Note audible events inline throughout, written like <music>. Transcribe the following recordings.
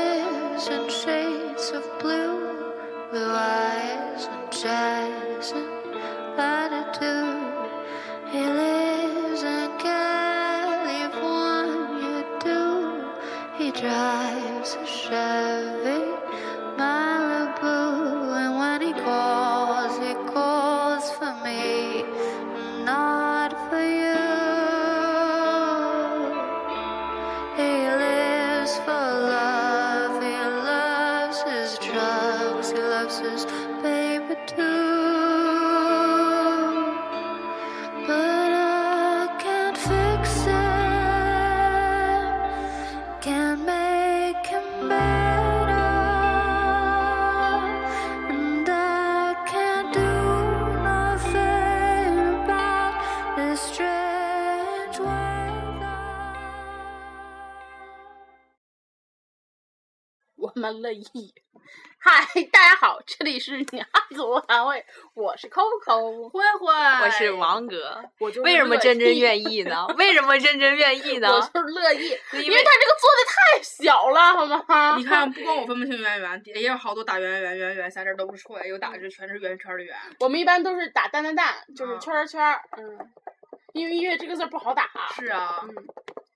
shapes and shades of blue, with wise and jazz and latitude. He lives in California too. He drives a Chevy Malibu, and when he calls, he calls for me, not for you. He lives for love, he loves his drugs, he loves his baby too. But I can't fix him, can't make him better, and I can't do nothing about this strange weather. 我们乐意。嗨，大家好，这里是女汉子无韩会，我是 Coco，慧慧，我我哎是，王哥。我就是为什么真真意愿意呢？ <laughs> 为什么真真愿意我呢？就是乐意，因因为为他这个做的太小了，好吗？你看，不光我分不清圆圆，也有好多打圆圆圆圆三字都不错，有打这全是圆圈的圆。 <laughs> 我们一般都是打蛋蛋蛋，就是嗯圈儿圈儿，嗯，因为因为这个字儿不好打，是啊，嗯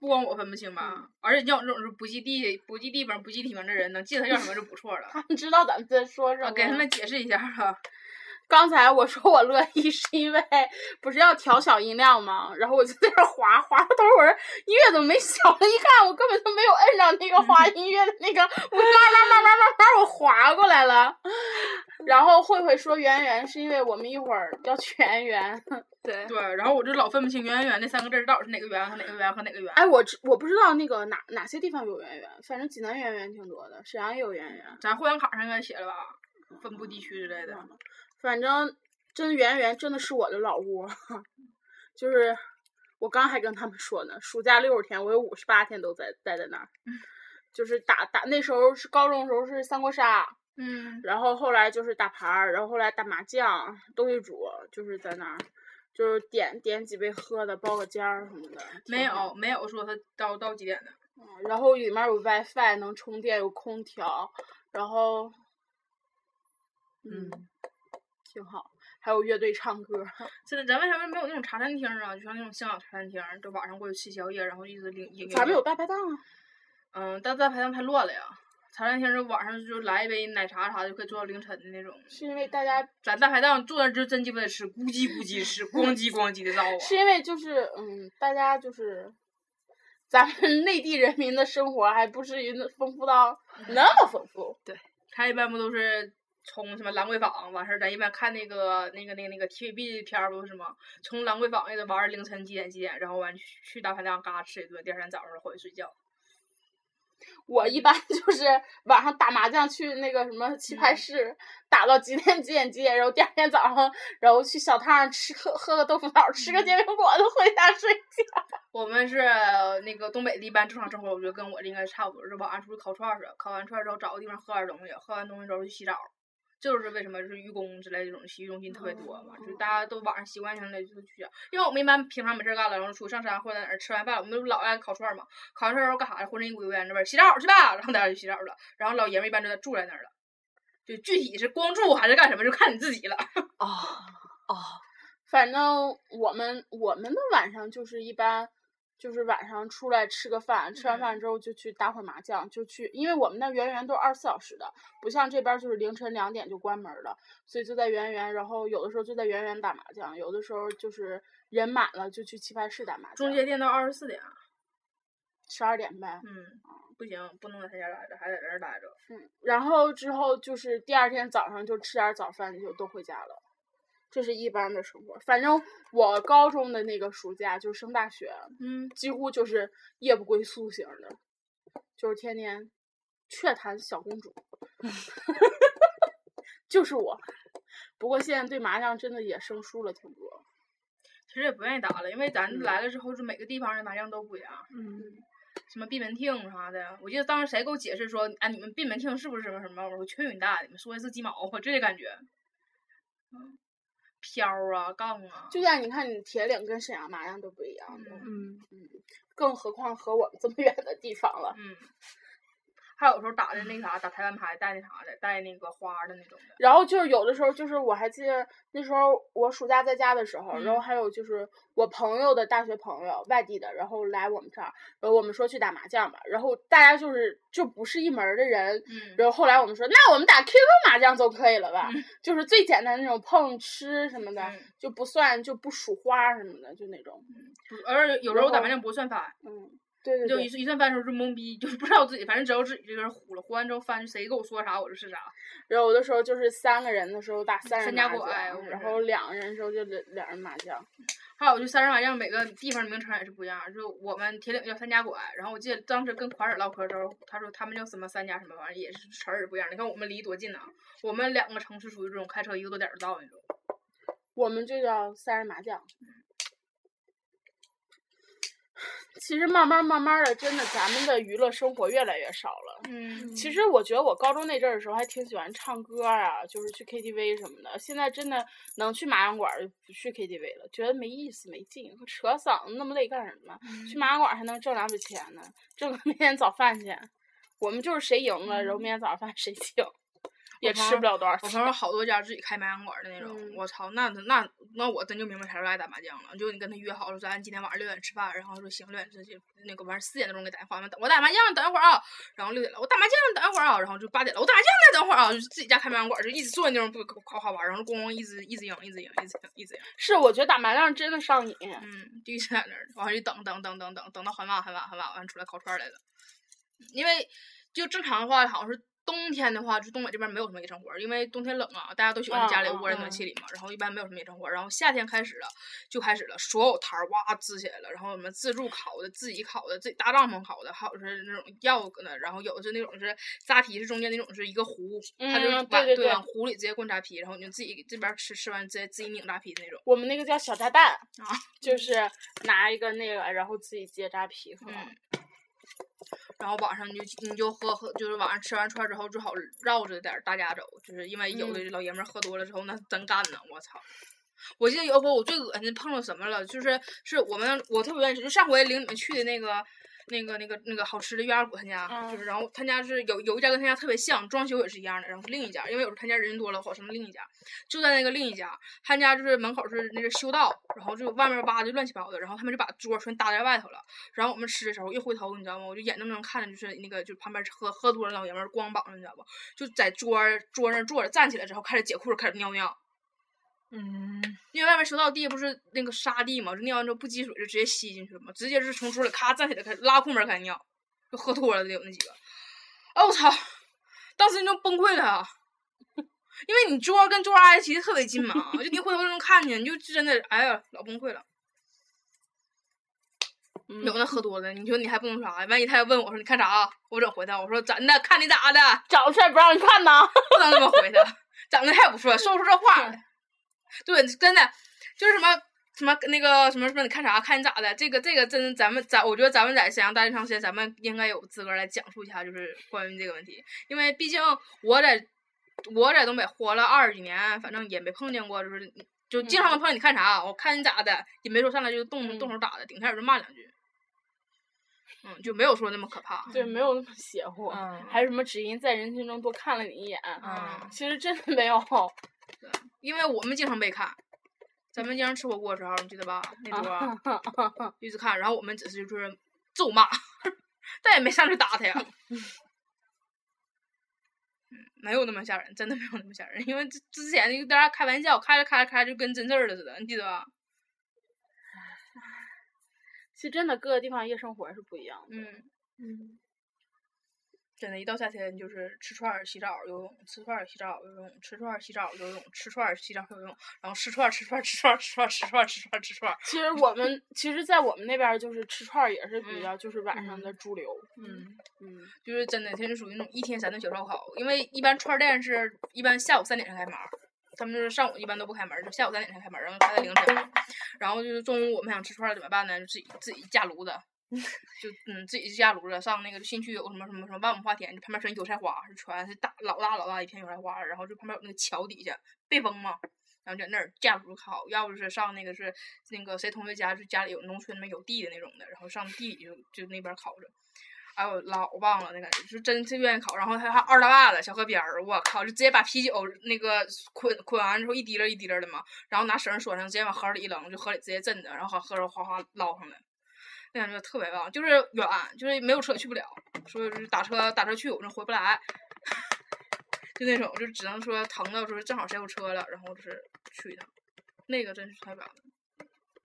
不光我分不清吧，而且像这种是不记地、不记地方、不记体名的人，能记得他叫什么就不错 <laughs> 了。他们知道咱们在说什么。啊，给他们解释一下啊，刚才我说我乐意是因为不是要调小音量吗？然后我就在这儿滑滑到头，我说音乐怎么没小了？一看我根本就没有摁上那个滑音乐的那个，我啊慢慢慢慢慢慢我滑过来了。然后慧慧说圆圆是因为我们一会儿要全圆。对，对，然后我就老分不清圆圆那三个字儿到底是哪个圆和哪个圆和哪个圆。哎，我知我不知道那个哪哪些地方有圆圆，反正济南圆圆挺多的，沈阳也有圆圆，咱会员卡上应该写了吧，分布地区之类的。反正真圆圆真的是我的老窝， <laughs> 就是我刚还跟他们说呢，暑假六十天，我有五十八天都在待在那儿，嗯就是打打那时候是高中时候是三国杀，嗯，然后后来就是打牌儿，然后后来打麻将、斗地主，就是在那儿。就是点点几杯喝的，包个间儿什么的。挺没好有没有说他到到几点的，嗯然后里面有 WiFi 能充电，有空调，然后，嗯，挺好，还有乐队唱歌。现在咱为什么没有那种茶餐厅啊？就像那种香港茶餐厅，就晚上过去吃宵夜，然后一直领饮。咱们有大排档啊，嗯，但在排档太乱了呀。茶餐厅就晚上就来一杯奶茶啥的，就可以坐到凌晨的那种。是因为大家咱大排档坐那儿就真鸡巴得吃，咕叽咕叽吃，咣叽咣叽的造啊。是因为就是嗯，大家就是咱们内地人民的生活还不至于那丰富到那么丰富。他一般不都是从什么兰桂坊完事儿，咱一般看那个那个那个那个 TVB 片儿不是吗？从兰桂坊也得玩儿凌晨几点几点，然后完去去大排档嘎吃一顿，第二天早上回去睡觉。我一般 <laughs> 就是晚上打麻将去那个什么棋牌室，打到几点几点几点，然后第二天早上，然后去小摊上吃喝喝个豆腐脑，吃个煎饼果子，回家睡觉。我们是那个东北的一般正常生活，我觉得跟我这应该差不多，就晚上出去烤串儿去，烤完串儿之后找个地方喝点儿东西，喝完东西之后去洗澡。这就是为什么就是愚公之类这种洗浴中心特别多嘛，就是大家都晚上习惯性的就去啊，因为我们一般平常没事儿干了，然后出去上山或者在哪儿吃完饭，我们都老爱烤串儿嘛，烤完串儿之后干啥呀？浑身一股油烟子味儿，洗澡去吧，然后大家就洗澡了，然后老爷们儿一般就在住在那儿了，就具体是光住还是干什么，就看你自己了。哦哦，反正我们我们的晚上就是一般，就是晚上出来吃个饭，吃完嗯饭之后就去打会儿麻将，就去，因为我们那圆圆都是二十四小时的，不像这边儿就是凌晨两点就关门儿了，所以就在圆圆，然后有的时候就在圆圆打麻将，有的时候就是人满了就去棋牌室打麻将中，介店到二十四点，啊十二点呗。嗯，不行，不能在他家待着，还得在这儿待着。嗯，然后之后就是第二天早上就吃点儿早饭就都回家了，这是一般的生活。反正我高中的那个暑假就升大学，嗯，几乎就是夜不归宿型的，就是天天雀谈小公主， <laughs> 就是我。不过现在对麻将真的也生疏了挺多。其实也不愿意打了，因为咱嗯来了之后，就每个地方的麻将都不一样，嗯，什么闭门厅啥的。我记得当时谁给我解释说，哎，你们闭门厅是不是什么什么？我说去你大爷，你们说的是鸡毛，我这感觉，嗯，飘啊，杠啊，就像你看，你铁岭跟沈阳麻将都不一样的，嗯嗯，更何况和我们这么远的地方了。嗯。还有时候打的那啥，打台湾牌带那啥的，带那个花儿的那种的。然后就是有的时候，就是我还记得那时候我暑假在家的时候，然后还有就是我朋友的大学朋友，外地的，然后来我们这儿，然后我们说去打麻将吧，然后大家就是就不是一门儿的人，嗯，然后后来我们说，那我们打 QQ 麻将总可以了吧？就是最简单的那种碰吃什么的，嗯就不算就不数花什么的，就那种，不而有时候然打后麻将不算翻，嗯，对对就一对。一算翻的时候就懵逼，就是不知道自己，反正只要自己这个人胡了，胡完之后翻，谁跟我说啥我就是啥。然后有的时候就是三个人的时候打三人三家麻过哎我将，们然是后两个人的时候就两两人麻将。还有就三人麻将，每个地方的名称也是不一样。就我们铁岭叫三家馆，然后我记得当时跟款婶唠嗑的时候，她说他们叫什么三家什么玩意儿，也是词儿也不一样。你看我们离多近呢、我们两个城市属于这种开车一个多点儿就到那种。我们就叫三人麻将。嗯其实慢慢慢慢的，真的咱们的娱乐生活越来越少了。嗯，其实我觉得我高中那阵儿的时候还挺喜欢唱歌啊，就是去 KTV 什么的。现在真的能去麻将馆儿就不去 KTV 了，觉得没意思没劲，扯嗓子那么累干什么？去嗯麻将馆儿还能挣两笔钱呢，挣个明天早饭钱。我们就是谁赢了，然后明天早上饭谁请，也朋吃不友了多少嗯我钱。朋友好多家自己开麻将馆儿的那种，嗯我操，那那那我真就明白啥时候爱打麻将了。就你跟他约好了，咱今天晚上六点吃饭，然后说行，六点就那个完事四点多钟给打电话，我打麻将等一会儿啊，然后六点了，我打麻将等一会儿啊，然后就八点了，我打麻将再等会儿啊，就是自己家开麻将馆儿，就一直坐那种不夸夸玩儿，然后咣咣一直一直赢，一直赢，一直赢，一直赢，是，我觉得打麻将真的上瘾。嗯，就一直在那儿，完了就等等等等等等到很晚很晚很晚，完出来烤串儿来了。因为就正常的话，好像是冬天的话，就东北这边没有什么夜生活，因为冬天冷啊，大家都喜欢在家里嗯嗯窝在暖气里嘛，然后一般没有什么夜生活。然后夏天开始了，就开始了，所有摊儿哇支起来了，然后什么自助烤的、自己烤的、自己搭帐篷烤的，还有是那种药呢，然后有的是那种是扎啤，是中间那种是一个壶，它就嗯是碗、对对对往壶里直接灌扎啤，然后你就自己这边吃吃完直接自己拧扎啤的那种。我们那个叫小炸弹，啊就是拿一个那个，然后自己接扎皮喝。嗯然后晚上你就你就喝喝，就是晚上吃完串儿之后，最好绕着点儿大家走，就是因为有的老爷们儿喝多了之后，那真干呢，我操！我记得有一回我最恶心碰到什么了，就是是我们我特别愿意吃，就上回领你们去的那个那个那个那个好吃的月二虎他家，嗯就是然后他家是有有一家跟他家特别像，装修也是一样的，然后是另一家，因为有时候他家人多了，好什么另一家，就在那个另一家，他家就是门口是那个修道，然后就外面挖的乱七八糟的，然后他们就把桌全搭在外头了。然后我们吃的时候，一回头，你知道吗？我就眼睁睁看着就是那个就旁边喝喝多了老爷们儿光膀子，你知道不？就在桌儿桌上坐着，站起来之后开始解裤子，开始尿尿。嗯，因为外面修道地不是那个沙地嘛，就尿完之后不积水就直接吸进去了嘛，直接是从桌里咔站起来开始拉裤门开始尿，就喝多了得有那几个。哎、我操！当时你就崩溃了啊，因为你桌儿跟桌儿挨得其实特别近嘛，就你回头就能看见，你就真的哎呀老崩溃了。嗯有那喝多了，你说你还不能啥呀？万一他要问我说你看啥，啊我怎么回他？我说咱的，看你咋的，长得帅不让你看呐。不能这么回他。长得太不错，说不出这话来。对，真的就是什么什么那个什么什么，你看啥？看你咋的？这个这个真咱们咱我觉得咱们在沈阳待这么长时间，咱们应该有资格来讲述一下，就是关于这个问题，因为毕竟我在我在东北活了二十几年，反正也没碰见过就是。就经常能碰见你看啥，我看你咋的，也没说上来就动、动手打的，顶天也就骂两句，嗯，就没有说那么可怕。对，没有那么邪乎。嗯还有什么只因在人群中多看了你一眼？嗯其实真的没 <laughs> 有。因为我们经常被看，咱们经常吃火锅的时候，你记得吧？那桌儿一直看，然后我们只是就是咒骂， <laughs> 但也没上去打他呀。嗯，没有那么吓人，真的没有那么吓人，因为之之前就大家开玩笑，开着开着开着就跟真事儿了似的，你记得吧？ <laughs> 其实真的各个地方夜生活是不一样的。嗯。真的，一到夏天就是吃串儿、洗澡、游泳，吃串儿、洗澡、游泳，吃串儿、洗澡、游泳，吃串儿、洗澡、游泳，然后吃串儿、吃串儿、吃串儿、吃串儿、吃串儿、吃串儿、吃串儿。其实我 <laughs> 们，其实，在我们那边儿就是吃串儿也是嗯比较，就是晚上的主流。嗯嗯，就是真的，它是属于那种一天三顿小烧烤，因为一般串儿店是一般下午三点才开门儿，他们就是上午一般都不开门儿，就下午三点才开门儿，然后开到凌晨。然后就是中午我们想吃串儿怎么办呢？就自己自己架炉子，就嗯自己架炉子上那个新区有什么什么什么万亩花田，就旁边全油菜花，是全是大老大老大一片油菜花，然后就旁边有那个桥底下背风嘛。然后就在那儿架炉子烤，要不就是上那个是那个谁同学家，就家里有农村里面有地的那种的，然后上地里就就那边烤着。哎呦，老棒了那感觉，就真是愿意烤。然后还还二大把子小河边儿，我靠，就直接把啤酒那个捆捆完之后一滴溜一滴溜的嘛，然后拿绳拴上，直接往河里一扔，就河里直接震着，然后河河哗哗捞上来。那感觉特别棒，就是远，就是没有车去不了，所以就是打车打车去，我那回不来， <laughs> 就那种，就只能说疼到说正好谁有车了，然后就是去一趟，那个真是太棒了。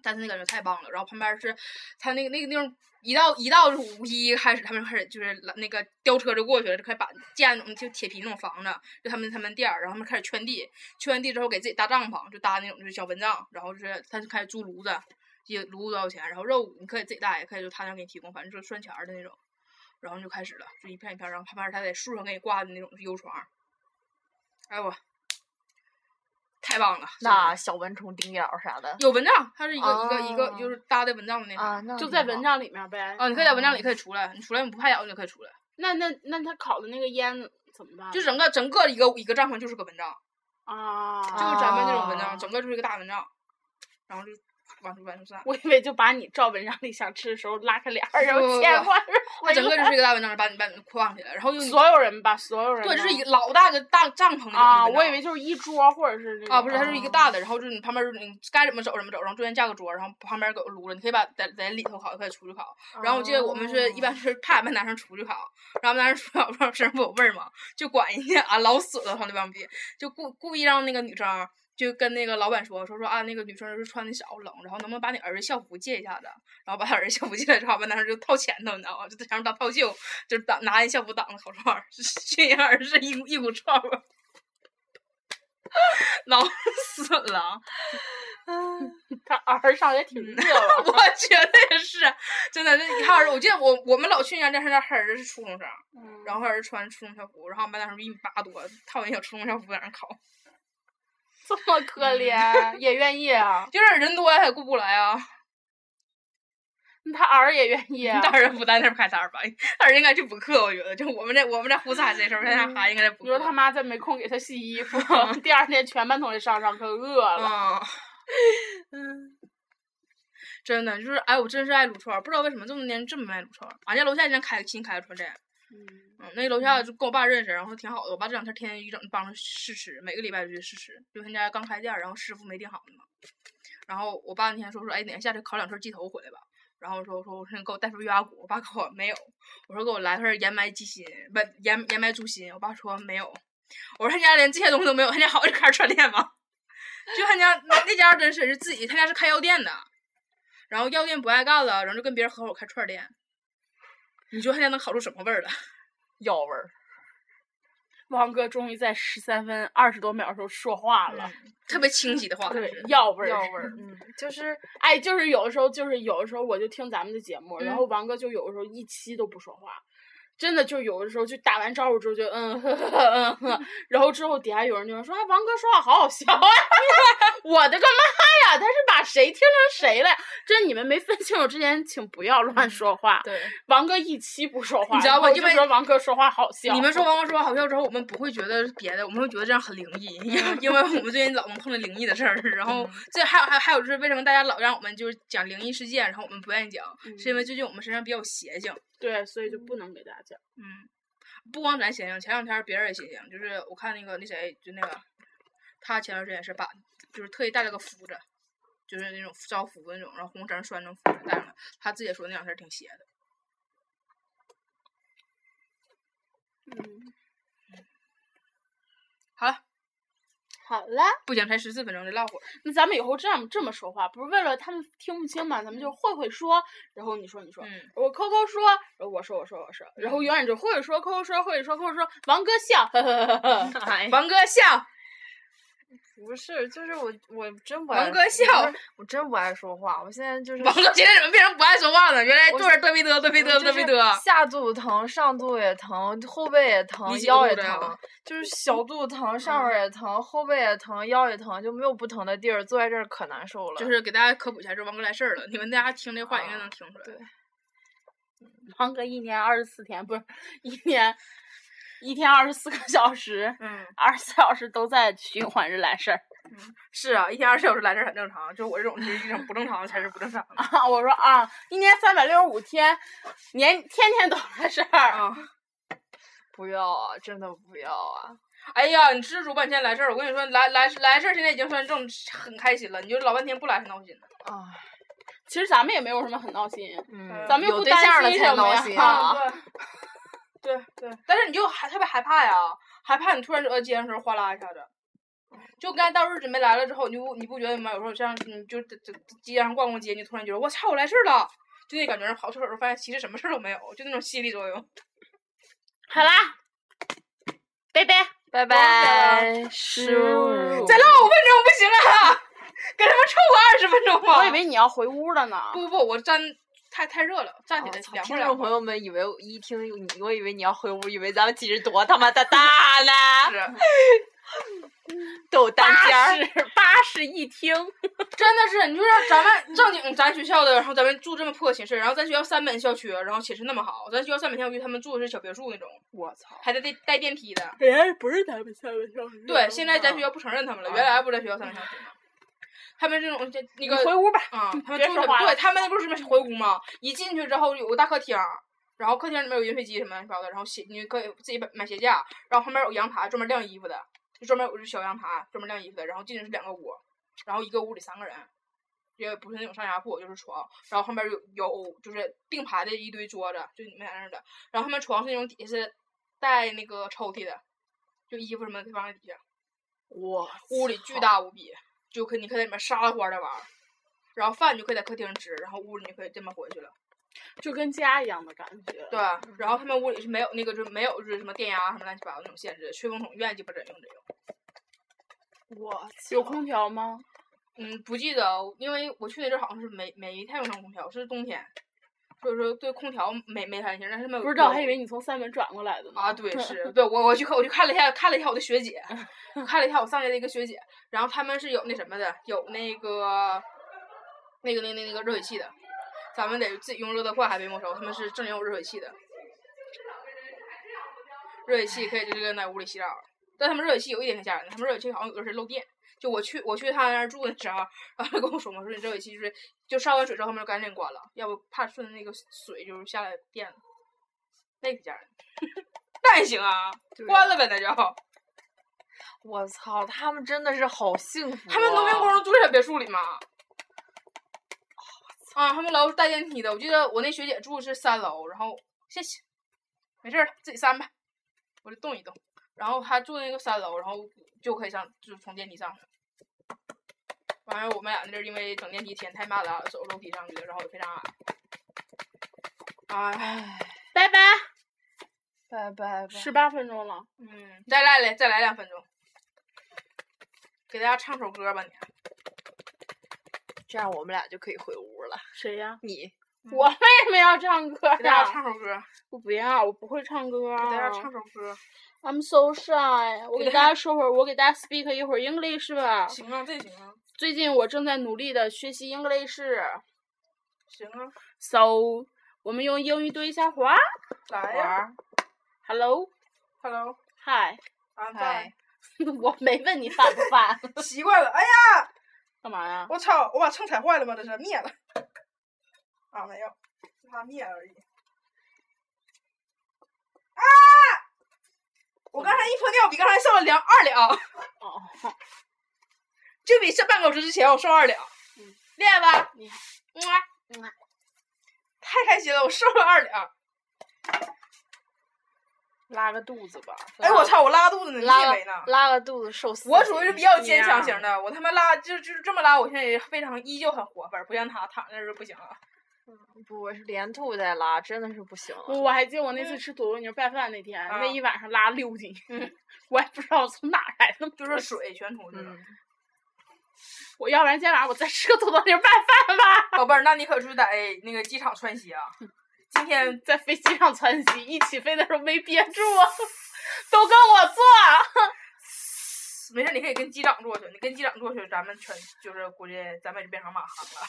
但是那感觉太棒了。然后旁边是，他那个那个地方一到一到五一开始，他们就开始就是拉那个吊车就过去了，就开始把建那种就铁皮那种房子，就他们他们店儿，然后他们开始圈地，圈完地之后给自己搭帐篷，就搭那种就是小蚊帐，然后就是他就开始租炉子，也炉子多少钱，然后肉你可以自己带，也可以就他那给你提供，反正就是算钱儿的那种。然后就开始了，就一片一片，然后旁边他在树上给你挂的那种油床，哎呦我，太棒了！真的那小蚊虫叮咬啥的有蚊帐，它是一个、一个一哦个就是搭在蚊帐的那种。啊，那就挺在好蚊帐里面呗。啊，你可以在蚊帐里可以出来，你出来你不怕咬你就可以出来，那那那他烤的那个烟怎么办？就整个整个一个一个帐篷就是个蚊帐，啊，就是咱们这种蚊帐，啊整个就是一个大蚊帐，然后就完出完出散，我以为就把你照蚊帐里想吃的时候拉开帘儿，然不不后不切换着它回整个就来。是一个大蚊帐，把你把你框起来，然后用你所有人吧，所有人对，这是吧一个老大个大帐篷的啊，那种蚊我以帐为就是一桌或者是那啊种不是，它是一个大的，然后就是你旁边儿你该怎么走怎么走，然后中间架个桌，然后旁边儿有个炉子，你可以把在在里头烤，也可以出去烤。然后我记得我们是一般是怕俺们男生出去烤，然后俺们男生出去烤不知道身上不有味儿吗？就管人家啊老损了，他那帮逼就故故意让那个女生儿就跟那个老板说说说啊那个女生就是穿的少冷，然后能不能把你儿子校服借一下子？然后把他儿子校服借来之后，俺们男生就套前头，你知道吗？就在前面当套袖，就挡拿人校服挡着烤串儿， <laughs> 训人儿子一股一股串味儿。老 <laughs> 损了，他儿上也挺嗯热 <laughs> 我 <laughs> 了。觉得也是，真的。这他儿子，我记得我我们老去年那他那他儿子是初中生，嗯然后他儿子穿初中校服，然后我们班男生一米八多，套人小初中校服在那儿考，这么可嗯怜，也愿意啊，就是人多他也顾不来啊。他儿也愿意啊 <laughs> 大。人不在那儿开摊儿吧， <laughs> 大人应该去补课，我觉得。就我们这我们这胡彩这时候，他孩子应该在嗯补你课。说他妈再没空给他洗衣 <laughs> 服，第二天全班同学上上课饿了。 <laughs> 嗯，真的就是，哎，我真是爱撸串儿，不知道为什么这么多年这么爱撸串儿。俺家楼下现在开新开个串店，嗯，那楼下就跟我爸认识，然后挺好的。我爸这两天天天一整帮着试吃，每个礼拜就去试吃，因为他家刚开店儿，然后师傅没定好呢嘛。然后我爸那天说说，哎，哪天下去烤两串鸡头回来吧。然后我说我说我说你给我带份月牙骨，我爸给我没有，我说给我来份盐埋鸡心，不盐盐埋猪心，我爸说没有。我说他家连这些东西都没有，他家好就开串店吗？就他家那那家真是是自己，他家是开药店的，然后药店不爱干了，然后就跟别人合伙开串儿店。你说他家能烤出什么味儿来？药味儿，王哥终于在十三分二十多秒的时候说话了，特别清晰的话，对是，药味儿，嗯药味儿，嗯，就是 <laughs> 哎，就是有的时候，就是有的时候，我就听咱们的节目，然嗯后王哥就有的时候一期都不说话，真的就有的时候就打完招呼之后就嗯 <laughs> 呵呵呵嗯呵，然后之后底下有人就说，哎，王哥说话好好笑啊！ <laughs> 我的个妈呀，他是把谁听成谁了呀？这你们没分清楚之前，请不要乱说话。嗯对，王哥一期不说话，你知道然后吧就因为说王哥说话好笑。你们说王哥说好笑之后，我们不会觉得别的，我们会觉得这样很灵异，因为因为我们最近老能碰见灵异的事儿。然嗯后这还有还有还有就是为什么大家老让我们就是讲灵异事件，然后我们不愿意讲，嗯是因为最近我们身上比较邪性。对，所以就不能给大家讲。嗯，不光咱邪性，前两天别人也邪性，就是我看那个那谁，就那个他前段时间也是把，就是特意带了个符子，就是那种招符那种，然后红绳拴成符子带上了。他自己也说那两天挺邪的。嗯，好了，好了。不行，才十四分钟，得唠会儿。那咱们以后这样这么说话，不是为了他们听不清嘛？咱们就慧慧说，然后你说你说，嗯，我扣扣说，然后我说我说我说，然后永远就慧慧说，扣扣说，慧慧说，扣扣说，王哥笑，呵呵呵呵嗯呵。哎，王哥笑，不是，就是我我真不王爱哥不 <laughs> 笑是，我真不爱说话，我现在就是王哥现在怎么变成不爱说话了？原来我坐着嘚逼嘚嘚逼嘚嘚就逼是嘚。下肚疼，上肚也疼，后背也疼你，几个腰肚也子呀疼，就是小肚疼，上嗯面也疼，后背也疼，腰也疼，就没有不疼的地儿，坐在这儿可难受了。就是给大家科普一下，这王哥来事儿了。你们大家听这话应该啊能听出来。对 <laughs> 王哥一年二十四天，不是一年，一天二十四个小时，嗯，二十四小时都在循环着来事儿。 <laughs> 是啊，一天二十四小时来这儿很正常，就我这种就是一种不正常才是不正常 <laughs> 的。啊，我说啊，一年三百六十五天，年天天都完事儿。啊，不要啊，真的不要啊！哎呀，你知足吧，你现在来这儿，我跟你说，来来来这儿现在已经算正很开心了，你就老半天不来是闹心的。啊， <laughs> 其实咱们也没有什么很闹心，嗯，咱们又有不对担象了心才什么闹呀 <laughs> 心啊！对对对，但是你就害特别害怕呀，害怕你突然走到街上的时候哗啦一下子，就该到日子没来了之后，你不你不觉得吗？有时候像你就这这街上逛逛街，你突然觉得我操，我来事儿了，就那感觉，跑厕所时候发现其实什么事儿都没有，就那种心理作用。好啦，拜拜。拜拜拜，十再唠五分钟不行啊，给他们凑个二十分钟吧。我以为你要回屋了呢。不不不，我站太太热了，站起哦来凉快哦听凉众快朋。友们以为我一听你，我以为你要回屋，以为咱们其实多他妈的大 <laughs> 呢，啊是都单间八儿。室八室一厅，真的是，你就让咱们正经咱学校的，然后咱们住这么破寝室，然后咱学校三本校区，然后寝室那么好，咱学校三本校区他们住的是小别墅那种，我操！还带电带电梯的。原来不是咱们三个小时。对，现在咱学校不承认他们了，原来不是咱学校三本校 <laughs> 区吗？他们这种这那你个回屋吧。啊、他们别住说的话了对他们那不是什么回屋吗？一进去之后有个大客厅，然后客厅里面有饮水机什么乱七八糟的，然后鞋你可以自己买买鞋架，然后旁边有阳台专门晾衣服的，就专门有只小阳台专门晾衣服的，然后进去是两个屋，然后一个屋里三个人，也不是那种上下铺，就是床，然后旁边有有就是并排的一堆桌子，就你们在那儿的，然后他们床是那种底下是带那个抽屉的，就衣服什么的可以放在底下。 <laughs> 哇，屋里巨大无比，就可以你可以在里面撒拉欢的玩儿，然后饭你就可以在客厅吃，然后屋里你可以这么回去了。就跟家一样的感觉。对，啊然后他们屋里是没有那个，就是没有就是什么电压啊什么乱七八糟那种限制，吹风筒愿意鸡巴怎用怎用。我有空调吗？嗯，不记得，因为我去那阵儿好像是没没太用上空调，是冬天，所以说对空调没没太信，但是没有不知道，有还以为你从三门转过来的呢。啊，对，是对我我去看我去看了一下，看了一下我的学姐，看了一下我上届的一个学姐，然后他们是有那什么的，有那个那个那个那个热水器的，咱们得自己用热得快还没没收，他们是正经有热水器的，热水器可以就这个在屋里洗澡，但他们热水器有一点挺吓人的，他们热水器好像有的是漏电。就我去我去他那儿住的时候，然后他跟我说嘛，说你热水器就是就烧完水之后，他们就赶紧关了，要不怕顺着那个水就是下来电了，那挺吓人。那也行啊，关了呗，那就。 <laughs> 我操，他们真的是好幸福、啊。他们农民工住在小别墅里嘛。啊，他们楼带电梯的，我记得我那学姐住的是三楼，然后谢谢，没事儿了，自己删吧，我就动一动。然后她住那个三楼，然后就可以上，就是从电梯上去。完了，我们俩那阵儿因为等电梯嫌太慢了，走楼梯上去的，然后也非常矮。哎，拜拜。拜拜吧。十八分钟了，嗯，再来来，再来两分钟，给大家唱首歌吧，你。这样我们俩就可以回屋了。谁呀？你我为什么要唱歌给大家啊？唱首歌，我不要，我不会唱歌给啊。大家唱首歌。 I'm so shy。我给给大大家说会儿，我给大家 speak 一会儿 English 吧。行啊，这行啊，最近我正在努力的学习 English。行啊， So，我们用英语对一下话。来呀 Hello，Hi。 ，Hello，啊，嗨在， <laughs> 我没问你犯不 <laughs> 犯，习惯了。哎呀，干嘛呀？我操，我把秤踩坏了吗？这是灭了。啊，没有，就怕灭了而已。啊！我刚才一泼尿比刚才瘦了两二两，哦，就比上半个小时之前我瘦二两。厉害吧？厉害嗯啊，嗯啊，太开心了，我瘦了二两。拉个肚子吧。哎，我操，我拉肚子呢，你拉以个为呢？拉个肚子瘦死。我属于是比较坚强型的，我他妈拉就就是这么拉，我现在也非常依旧很活泛，不像他躺那是不行了。不，我是连吐带拉，真的是不行我了。我还记得我那次吃土豆泥拌饭那天，啊那一晚上拉六斤， <laughs> 我也不知道从哪儿来的。就是水全出去了，嗯，我要不然今天晚上我再吃个土豆泥拌饭吧，宝贝儿，那你可是在那个机场窜稀啊！今天在飞机上窜稀，一起飞的时候没憋住，啊 <laughs> 都跟我坐。没事，你可以跟机长坐去，你跟机长坐去，咱们全就是估计咱们也就变成马航了。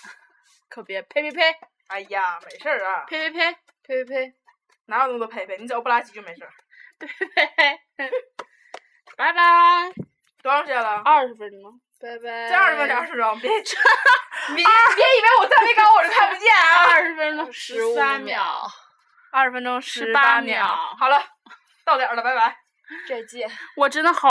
可别呸呸呸哎呀，没事儿啊，呸呸呸呸呸哪有那么多陪陪？你只要不拉稀就没事儿。呸呸呸，拜拜。多长时间了？二十分钟，拜拜。再二十分钟，二十分钟，别别别以为我三没搞我就看不见啊！二十分钟十五三秒，二十分钟十八秒。好了，到点儿了，拜拜。再见。我真的好。